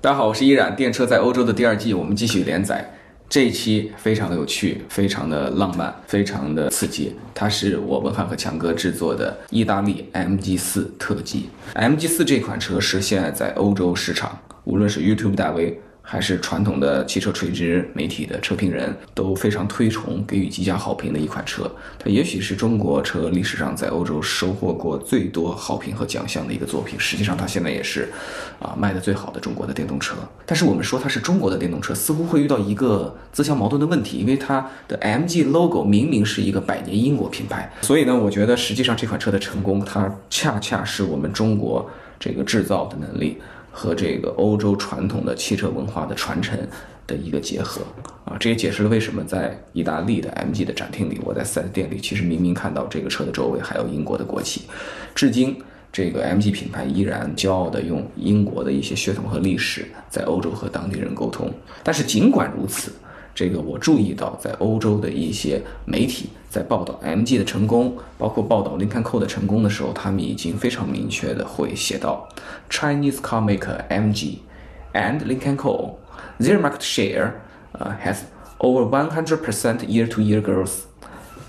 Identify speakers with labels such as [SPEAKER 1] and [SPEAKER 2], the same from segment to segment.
[SPEAKER 1] 大家好，我是依然。电车在欧洲的第二季，我们继续连载。这一期非常的有趣，非常的浪漫，非常的刺激。它是我文翰和强哥制作的意大利 MG 四特技。MG 四这款车是现在在欧洲市场，无论是 YouTube 大 V 还是传统的汽车垂直媒体的车评人都非常推崇，给予极佳好评的一款车。它也许是中国车历史上在欧洲收获过最多好评和奖项的一个作品。实际上，它现在也是啊卖的最好的中国的电动车。但是我们说它是中国的电动车，似乎会遇到一个自相矛盾的问题，因为它的 MG logo 明明是一个百年英国品牌，所以呢，我觉得实际上这款车的成功，它恰恰是我们中国这个制造的能力。和这个欧洲传统的汽车文化的传承的一个结合啊，这也解释了为什么在意大利的 MG 的展厅里，我在 4S 店里其实明明看到这个车的周围还有英国的国旗，至今这个 MG 品牌依然骄傲地用英国的一些血统和历史在欧洲和当地人沟通。但是尽管如此，这个我注意到，在欧洲的一些媒体在报道 MG 的成功，包括报道林肯 Co 的成功的时候，他们已经非常明确的会写到 Chinese car maker MG and Lincoln Co. Their market share uh, has over 100% year-to-year growth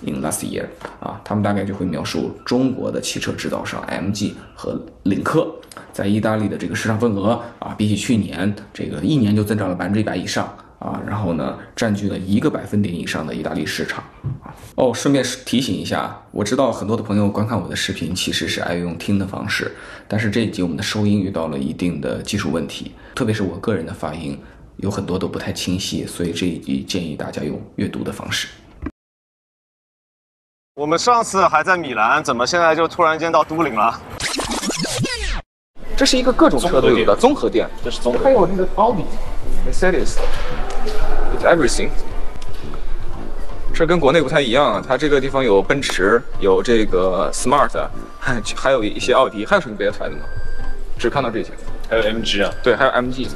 [SPEAKER 1] in last year. 啊，他们大概就会描述中国的汽车制造商 MG 和领克在意大利的这个市场份额啊，比起去年这个一年就增长了百分之一百以上。啊，然后呢，占据了一个百分点以上的意大利市场。啊哦，顺便提醒一下，我知道很多的朋友观看我的视频其实是爱用听的方式，但是这一集我们的收音遇到了一定的技术问题，特别是我个人的发音有很多都不太清晰，所以这一集建议大家用阅读的方式。
[SPEAKER 2] 我们上次还在米兰，怎么现在就突然间到都灵了？
[SPEAKER 1] 这是一个各种车都有的综合店，
[SPEAKER 3] 这是综
[SPEAKER 1] 还有那个奥迪、
[SPEAKER 3] Mercedes with everything。这跟国内不太一样，啊，它这个地方有奔驰，有这个 Smart，还 还有一些奥迪，还有什么别的牌子吗？只看到这些。
[SPEAKER 4] 还有 MG 啊，
[SPEAKER 3] 对，还有 MG。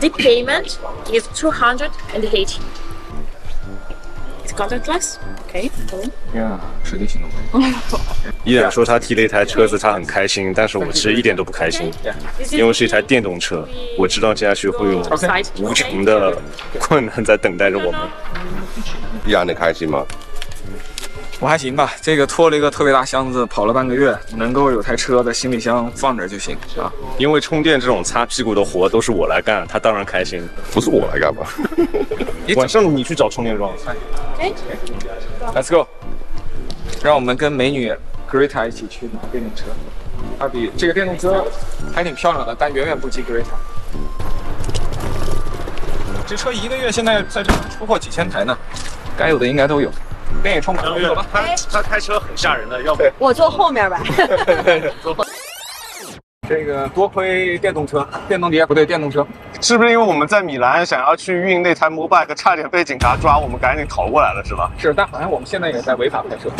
[SPEAKER 5] The payment is 280. It's contactless. Okay, cool.
[SPEAKER 3] 呀，水滴行动。
[SPEAKER 4] 依然说他提了一台车子，他很开心，但是我其实一点都不开心，
[SPEAKER 5] This is
[SPEAKER 4] 因为是一台电动车，我知道接下去会有
[SPEAKER 5] Okay. Side.
[SPEAKER 4] 无穷的困难在等待着我们。
[SPEAKER 6] 依然你开心吗？
[SPEAKER 3] 我还行吧，这个拖了一个特别大箱子，跑了半个月，能够有台车在行李箱放着就行啊。
[SPEAKER 4] 因为充电这种擦屁股的活都是我来干，他当然开心。
[SPEAKER 6] 不是我来干嘛？
[SPEAKER 3] 你
[SPEAKER 4] 晚上你去找充电桩，
[SPEAKER 2] 哎
[SPEAKER 3] Let's go，让我们跟美女 Greta 一起去拿电动车。它比这个电动车还挺漂亮的，但远远不及 Greta。这车一个月现在在这出货几千台呢，该有的应该都有。电影充满了，走吧。
[SPEAKER 4] 他他开车很吓人的，要不
[SPEAKER 7] 我坐后面吧。
[SPEAKER 3] 这个多亏电动车，电动碟不对，电动车。
[SPEAKER 2] 是不是因为我们在米兰想要去运那台 Mobike，差点被警察抓，我们赶紧逃过来了，是吧？
[SPEAKER 3] 是，但好像我们现在也在违法拍摄。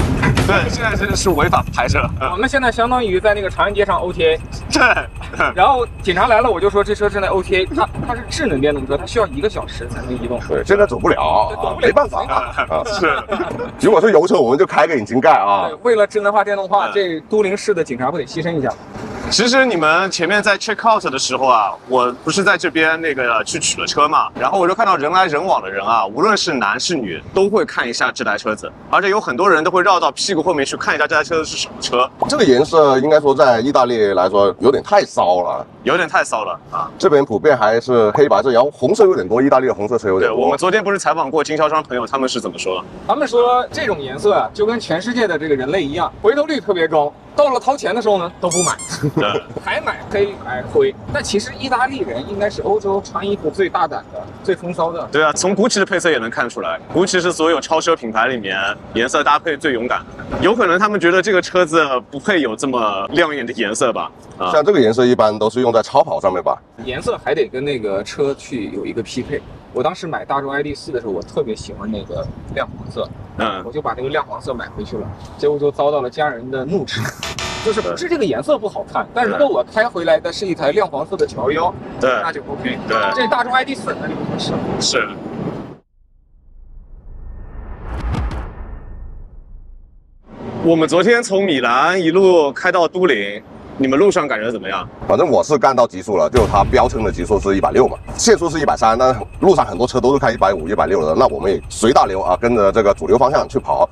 [SPEAKER 2] 对，现在是是违法拍摄。嗯
[SPEAKER 3] 我们现在相当于在那个长安街上 OTA，
[SPEAKER 2] 对，嗯
[SPEAKER 3] 然后警察来了，我就说这车正在 OTA，它它是智能电动车，它需要一个小时才能移动。
[SPEAKER 6] 对，现在走不了，啊没 办法啊。
[SPEAKER 2] 是。
[SPEAKER 6] 如果是油车，我们就开个引擎盖啊
[SPEAKER 3] 对，。为了智能化、电动化，
[SPEAKER 2] 嗯
[SPEAKER 3] 这都灵市的警察不得牺牲一下？
[SPEAKER 2] 其实你们前面在 check out 的时候啊，我不是在这边那个去取了车嘛，然后我就看到人来人往的人啊，无论是男是女，都会看一下这台车子，而且有很多人都会绕到屁股后面去看一下这台车子是什么车，
[SPEAKER 6] 这个颜色应该说在意大利来说有点太骚了，
[SPEAKER 2] 有点太骚了啊！
[SPEAKER 6] 这边普遍还是黑白色，然后红色有点多，意大利的红色车有
[SPEAKER 2] 对
[SPEAKER 6] 点
[SPEAKER 2] 我
[SPEAKER 6] 多
[SPEAKER 2] 们。昨天不是采访过经销商朋友，他们是怎么说的？
[SPEAKER 3] 他们说这种颜色啊，就跟全世界的这个人类一样，回头率特别高。到了掏钱的时候呢，都不买，
[SPEAKER 2] 对，
[SPEAKER 3] 还买黑买灰。但其实意大利人应该是欧洲穿衣服最大胆的、最风骚的。
[SPEAKER 2] 对啊，从 GUCCI 的配色也能看出来，GUCCI 是所有超奢品牌里面颜色搭配最勇敢的。有可能他们觉得这个车子不配有这么亮眼的颜色吧？啊，
[SPEAKER 6] 像这个颜色一般都是用在超跑上面吧？
[SPEAKER 3] 颜色还得跟那个车去有一个匹配。我当时买大众 ID 4的时候，我特别喜欢那个亮黄色，
[SPEAKER 2] 嗯，
[SPEAKER 3] 我就把那个亮黄色买回去了，结果就遭到了家人的怒斥。 就是不是这个颜色不好看，但如果我开回来的是一台亮黄色的乔幺，
[SPEAKER 2] 对
[SPEAKER 3] 那就 OK。
[SPEAKER 2] 对
[SPEAKER 3] 这大众 ID 4那就不合适了。
[SPEAKER 2] 是。我们昨天从米兰一路开到都灵，你们路上感觉怎么样？
[SPEAKER 6] 反正我是干到极速了，就它标称的极速是一百六嘛，限速是一百三，但路上很多车都是开一百五、一百六的，那我们也随大流啊，跟着这个主流方向去跑。
[SPEAKER 4] 呃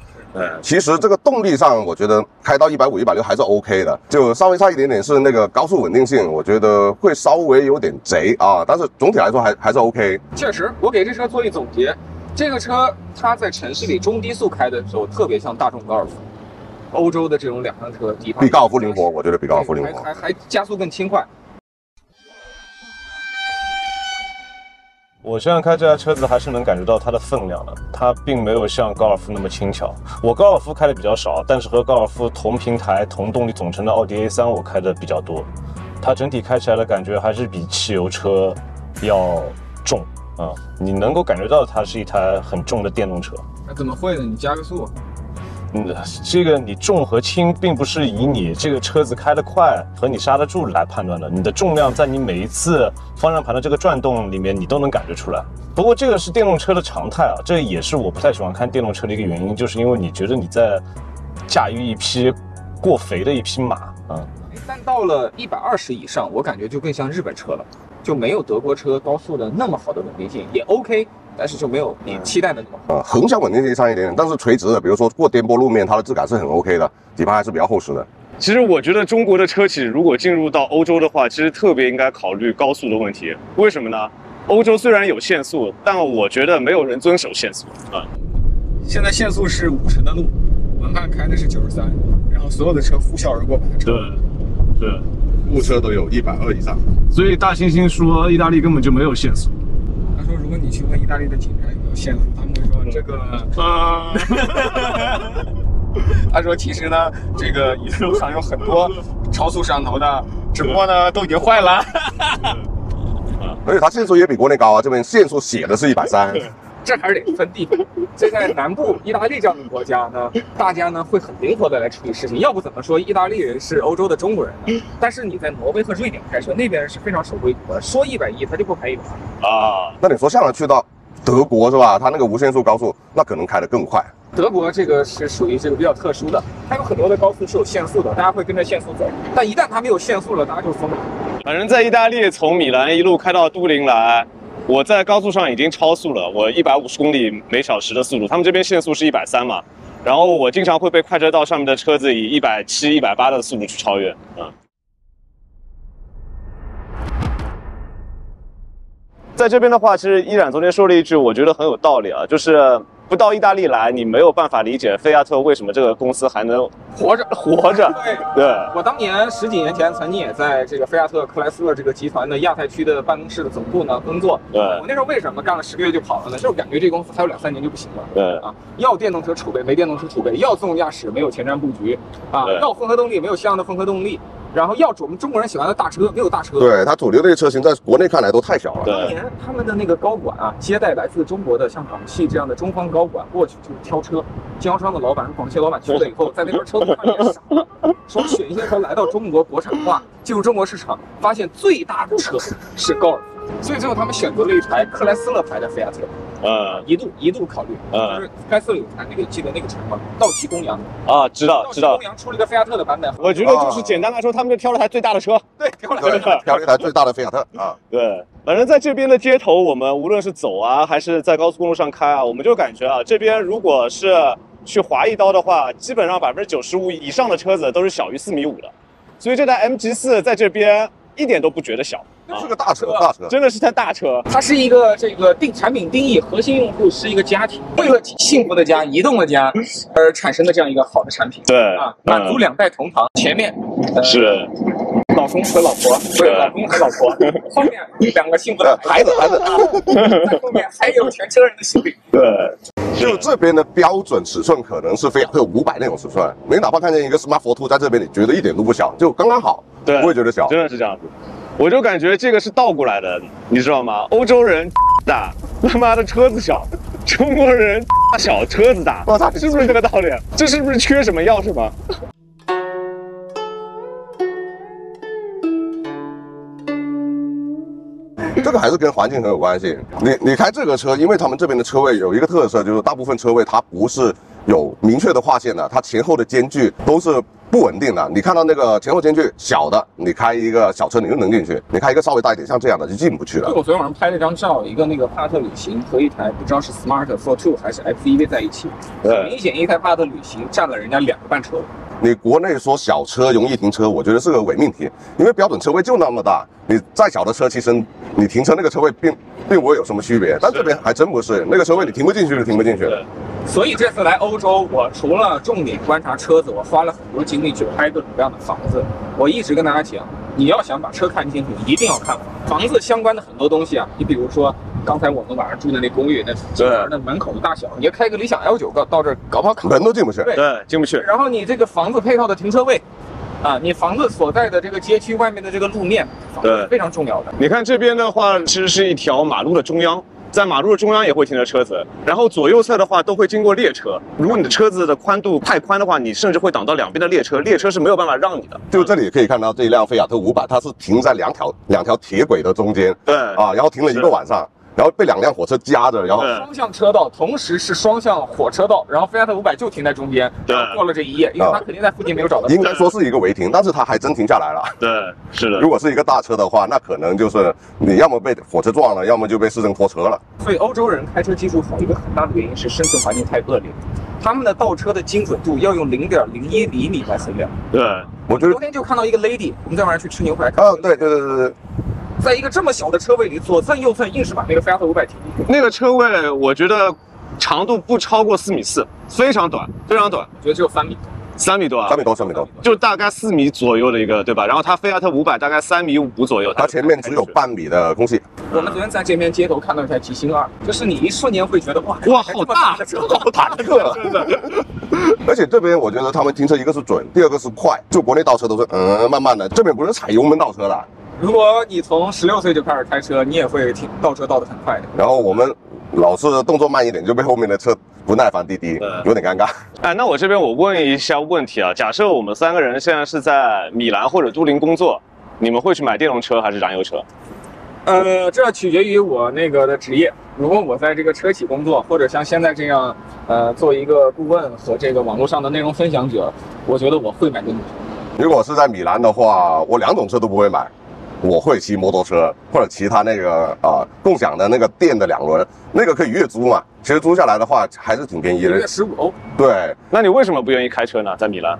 [SPEAKER 2] 嗯，
[SPEAKER 6] 其实这个动力上，我觉得开到一百五、一百六还是 OK 的，就稍微差一点点是那个高速稳定性，我觉得会稍微有点贼啊，但是总体来说还还是 OK。
[SPEAKER 3] 确实，我给这车做一总结，这个车它在城市里中低速开的时候，特别像大众高尔夫。欧洲的这种两厢车，底盘
[SPEAKER 6] 比高尔夫灵活，，我觉得比高尔夫灵活
[SPEAKER 3] 还。还还加速更轻快。
[SPEAKER 4] 我现在开这台车子还是能感觉到它的分量的，它并没有像高尔夫那么轻巧。我高尔夫开的比较少，但是和高尔夫同平台、同动力总成的奥迪 A3 我开的比较多，它整体开起来的感觉还是比汽油车要重啊、你能够感觉到它是一台很重的电动车。
[SPEAKER 3] 那怎么会呢？你加个速，啊
[SPEAKER 4] 嗯，这个你重和轻，并不是以你这个车子开得快和你刹得住来判断的。你的重量在你每一次方向盘的这个转动里面，你都能感觉出来。不过这个是电动车的常态啊，这也是我不太喜欢看电动车的一个原因，就是因为你觉得你在驾驭一匹过肥的一匹马啊、嗯
[SPEAKER 3] 哎但到了一百二十以上，我感觉就更像日本车了，就没有德国车高速的那么好的稳定性，也 OK，但是就没有你期待的那么好。
[SPEAKER 6] 呃，横向稳定性差一点点，但是垂直的，比如说过颠簸路面，它的质感是很 OK 的，底盘还是比较厚实的。
[SPEAKER 2] 其实我觉得中国的车企如果进入到欧洲的话，其实特别应该考虑高速的问题。为什么呢？欧洲虽然有限速，但我觉得没有人遵守限速啊、
[SPEAKER 3] 现在限速是五十的路，文翰开的是九十三，然后所有的车呼啸而过，把它
[SPEAKER 4] 对
[SPEAKER 3] 车。，
[SPEAKER 4] 对。
[SPEAKER 7] 路车都有一百二以上。
[SPEAKER 4] 所以大猩猩说意大利根本就没有限速。
[SPEAKER 3] 他说，如果你去问意大利的警察有没有限速，他们会说这个。
[SPEAKER 2] 呃，
[SPEAKER 3] 他说，其实呢，这个一路上有很多超速摄像头的，只不过呢都已经坏了。
[SPEAKER 6] 而且它限速也比国内高啊，这边限速写的是一百三，
[SPEAKER 3] 这还是得分地方。这在南部意大利这样的国家呢，大家呢会很灵活的来处理事情，要不怎么说意大利人是欧洲的中国人呢？但是你在挪威和瑞典开车，那边是非常守规矩的，说一百一他就不开一百二。
[SPEAKER 2] 啊，
[SPEAKER 6] 那你说像了去到德国是吧？它那个无限速高速，那可能开得更快。
[SPEAKER 3] 德国这个是属于这个比较特殊的，它有很多的高速是有限速的，大家会跟着限速走。但一旦它没有限速了，大家就疯了。
[SPEAKER 2] 反正在意大利从米兰一路开到都灵来，我在高速上已经超速了，我一百五十公里每小时的速度，他们这边限速是一百三嘛，然后我经常会被快车道上面的车子以一百七、一百八的速度去超越，嗯。在这边的话，其实依然昨天说了一句，我觉得很有道理啊，就是不到意大利来，你没有办法理解菲亚特为什么这个公司还能呃
[SPEAKER 3] 活着
[SPEAKER 2] 活着。
[SPEAKER 3] 对。
[SPEAKER 2] 对，
[SPEAKER 3] 我当年十几年前曾经也在这个菲亚特克莱斯勒这个集团的亚太区的办公室的总部呢工作。
[SPEAKER 2] 对
[SPEAKER 3] 我那时候为什么干了十个月就跑了呢？就是感觉这公司还有两三年就不行了。
[SPEAKER 2] 对
[SPEAKER 3] 啊，要电动车储备没电动车储备，要自动驾驶没有前瞻布局，啊
[SPEAKER 2] 对，
[SPEAKER 3] 要混合动力没有相应的混合动力，然后要我们中国人喜欢的大车没有大车。。
[SPEAKER 6] 对，它主流的车型在国内看来都太小了。
[SPEAKER 2] 对
[SPEAKER 3] 当年他们的那个高管啊，接待来自中国的像广汽这样的中方高管过去就是挑车，经销商的老板和广汽老板去了以后，在那边车都快变傻了，说选一些车来到中国国产化，进入中国市场，发现最大的车是高尔夫，所以最后他们选择了一台克莱斯勒牌的菲亚特，
[SPEAKER 2] 嗯
[SPEAKER 3] 一度一度考虑，
[SPEAKER 2] 嗯
[SPEAKER 3] 就是克莱斯勒有台那个记得那个产品道奇公羊，
[SPEAKER 2] 啊，知道
[SPEAKER 3] 道
[SPEAKER 2] 知
[SPEAKER 3] 奇
[SPEAKER 2] 道
[SPEAKER 3] 公。羊出了一个菲亚特的版本，
[SPEAKER 2] 我觉得就是简单来说，他们就挑了台最大的车。
[SPEAKER 3] 对，挑了
[SPEAKER 6] 对，挑了一台最大的菲亚特 啊，
[SPEAKER 2] 对，反正在这边的街头，我们无论是走啊，还是在高速公路上开啊，我们就感觉啊，这边如果是去划一刀的话，基本上百分之九十五以上的车子都是小于四米五的，所以这台 MG 四在这边一点都不觉得小，
[SPEAKER 6] 是个大车，大车。
[SPEAKER 2] 真的是台大车。
[SPEAKER 3] 它是一个这个定产品定义核心用户是一个家庭，为了幸福的家、移动的家而产生的这样一个好的产品
[SPEAKER 2] 对
[SPEAKER 3] 啊，满足两代同堂。前面呃
[SPEAKER 2] 嗯是
[SPEAKER 3] 老公和老婆，不是
[SPEAKER 2] 对
[SPEAKER 3] 老公和老婆，后面两个幸福的
[SPEAKER 6] 孩子，孩子，
[SPEAKER 3] 在后面还有全车人的行李。
[SPEAKER 2] 对
[SPEAKER 6] 就这边的标准尺寸可能是菲亚特五百那种尺寸，你哪怕看见一个 Smart 4 Two 在这边，你觉得一点都不小，就刚刚好，
[SPEAKER 2] 对
[SPEAKER 6] 不会觉得小。
[SPEAKER 2] 真的是这样子。我就感觉这个是倒过来的，你知道吗？欧洲人 大，他妈的车子小；中国人 小，车子大
[SPEAKER 6] 我操，
[SPEAKER 2] 是不是这个道理？啊这是不是缺什么要什么？
[SPEAKER 6] 这个还是跟环境很有关系。你你开这个车，因为他们这边的车位有一个特色，就是大部分车位它不是有明确的划线的，它前后的间距都是不稳定的，你看到那个前后间距小的，你开一个小车你就能进去，你开一个稍微大一点像这样的就进不去
[SPEAKER 3] 对，
[SPEAKER 6] 了。
[SPEAKER 3] 我昨天晚上拍了一张照，一个那个帕特旅行和一台不知道是 Smart Four Two 还是 XEV 在一起，
[SPEAKER 2] 嗯
[SPEAKER 3] 很明显一台帕特旅行占了人家两个半车位。
[SPEAKER 6] 你国内说小车容易停车，我觉得是个伪命题，因为标准车位就那么大，你再小的车其实你停车那个车位并并不会有什么区别，但这边还真不是，那个车位你停不进去就停不进去。
[SPEAKER 3] 所以这次来欧洲，我除了重点观察车子，我花了很多精力去拍各种各样的房子。我一直跟大家讲，你要想把车看清楚，一定要看房房子相关的很多东西啊。你比如说，刚才我们晚上住的那公寓，那
[SPEAKER 2] 对
[SPEAKER 3] 那门口的大小，你要开个理想 L 九到到这儿搞不好卡。
[SPEAKER 6] 门都进不去。
[SPEAKER 3] 对
[SPEAKER 2] 对，进不去。
[SPEAKER 3] 然后你这个房子配套的停车位，啊，你房子所在的这个街区外面的这个路面，房子
[SPEAKER 2] 对
[SPEAKER 3] 是非常重要的。
[SPEAKER 2] 你看这边的话，其实是一条马路的中央，在马路的中央也会停着车子，然后左右侧的话都会经过列车。如果你的车子的宽度太宽的话，你甚至会挡到两边的列车，列车是没有办法让你的。
[SPEAKER 6] 就这里可以看到这一辆菲亚特五百，它是停在两条两条铁轨的中间
[SPEAKER 2] 对
[SPEAKER 6] 啊，然后停了一个晚上，然后被两辆火车夹着，然后
[SPEAKER 2] 对
[SPEAKER 3] 双向车道，同时是双向火车道，然后菲亚特五百就停在中间，
[SPEAKER 2] 对
[SPEAKER 3] 然后过了这一夜，因为它肯定在附近没有找到。
[SPEAKER 6] 应该说是一个违停，但是它还真停下来了。
[SPEAKER 2] 对，是的
[SPEAKER 6] 如。果是一个大车的话，那可能就是你要么被火车撞了，要么就被市政拖车了。
[SPEAKER 3] 所以欧洲人开车技术好，一个很大的原因是生存环境太恶劣，他们的倒车的精准度要用零点零一厘米来衡量。
[SPEAKER 2] 对，
[SPEAKER 6] 我觉得
[SPEAKER 3] 昨，天就看到一个 lady，我们在晚上去吃牛排，看到
[SPEAKER 6] 啊
[SPEAKER 3] 一，个
[SPEAKER 6] 对对对对对，
[SPEAKER 3] 在一个这么小的车位里，左蹭右蹭，硬是把那个菲亚特五百停住。
[SPEAKER 2] 那个车位我觉得长度不超过四米四，非常短，非常短，
[SPEAKER 3] 我觉得只有三米。
[SPEAKER 2] 三米多啊
[SPEAKER 6] 三，米多三米多，
[SPEAKER 2] 就大概四米左右的一个，对吧？然后它菲亚特五百大概三米五左右，
[SPEAKER 6] 它前面只有半米的空隙，
[SPEAKER 3] 我们昨天在这边街头看到一台极星二，就是你一瞬间会觉得哇
[SPEAKER 2] 哇，好大，
[SPEAKER 3] 这么
[SPEAKER 2] 好大
[SPEAKER 3] 这么大
[SPEAKER 2] 个，真的。
[SPEAKER 6] 而且这边我觉得他们停车一个是准，第二个是快，就国内倒车都是嗯慢慢的，这边不是踩油门倒车了。
[SPEAKER 3] 如果你从十六岁就开始开车，你也会挺倒车倒得很快的。
[SPEAKER 6] 然后我们老是动作慢一点，就被后面的车不耐烦滴滴
[SPEAKER 2] 对，
[SPEAKER 6] 有点尴尬。
[SPEAKER 2] 哎，那我这边我问一下问题啊，假设我们三个人现在是在米兰或者都灵工作，你们会去买电动车还是燃油车？
[SPEAKER 3] 呃，这取决于我那个的职业。如果我在这个车企工作，或者像现在这样，呃，做一个顾问和这个网络上的内容分享者，我觉得我会买电动车。
[SPEAKER 6] 如果是在米兰的话，我两种车都不会买，我会骑摩托车或者骑它那个啊、呃共享的那个电的两轮，那个可以月租嘛。其实租下来的话还是挺便宜
[SPEAKER 3] 一个月
[SPEAKER 6] 的。
[SPEAKER 3] 十五欧，
[SPEAKER 6] 对，
[SPEAKER 2] 那你为什么不愿意开车呢？在米兰？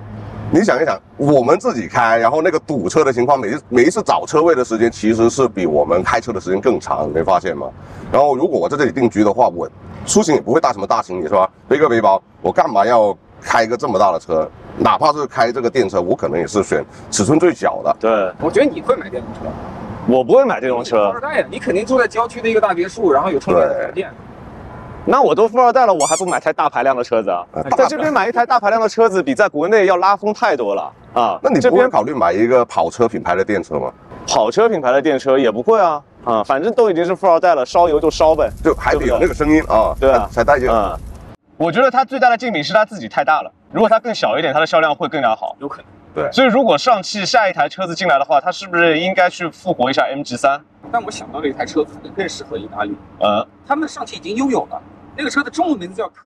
[SPEAKER 6] 你想一想，我们自己开，然后那个堵车的情况，每一每一次找车位的时间其实是比我们开车的时间更长，你没发现吗？然后如果我在这里定居的话，我出行也不会带什么大行李，是吧？背个背包，我干嘛要开一个这么大的车？哪怕是开这个电车，我可能也是选尺寸最小的。
[SPEAKER 2] 对，
[SPEAKER 3] 我觉得你会买电动车。
[SPEAKER 2] 我不会买电动
[SPEAKER 3] 富
[SPEAKER 2] 车
[SPEAKER 3] 二，代呀，你肯定住在郊区的一个大别墅，然后有充电的电。
[SPEAKER 2] 那我都富二代了，我还不买台大排量的车子啊？
[SPEAKER 6] 呃
[SPEAKER 2] 在这边买一台大排量的车子，比在国内要拉风太多了啊！
[SPEAKER 6] 那你
[SPEAKER 2] 这
[SPEAKER 6] 不
[SPEAKER 2] 边
[SPEAKER 6] 会考虑买一个跑车品牌的电车吗？
[SPEAKER 2] 跑车品牌的电车也不会啊啊，反正都已经是富二代了，烧油就烧呗。
[SPEAKER 6] 就还得有那个声音啊，
[SPEAKER 2] 对啊
[SPEAKER 6] 才带劲。
[SPEAKER 2] 嗯，我觉得它最大的竞品是它自己太大了。如果它更小一点，它的销量会更加好。
[SPEAKER 3] 有可能。
[SPEAKER 6] 对
[SPEAKER 2] 所以如果上汽下一台车子进来的话，它是不是应该去复活一下 MG 三？
[SPEAKER 3] 但我想到了一台车，可能更适合意大利。
[SPEAKER 2] 呃，
[SPEAKER 3] 他们上汽已经拥有了，那个车的中文名字叫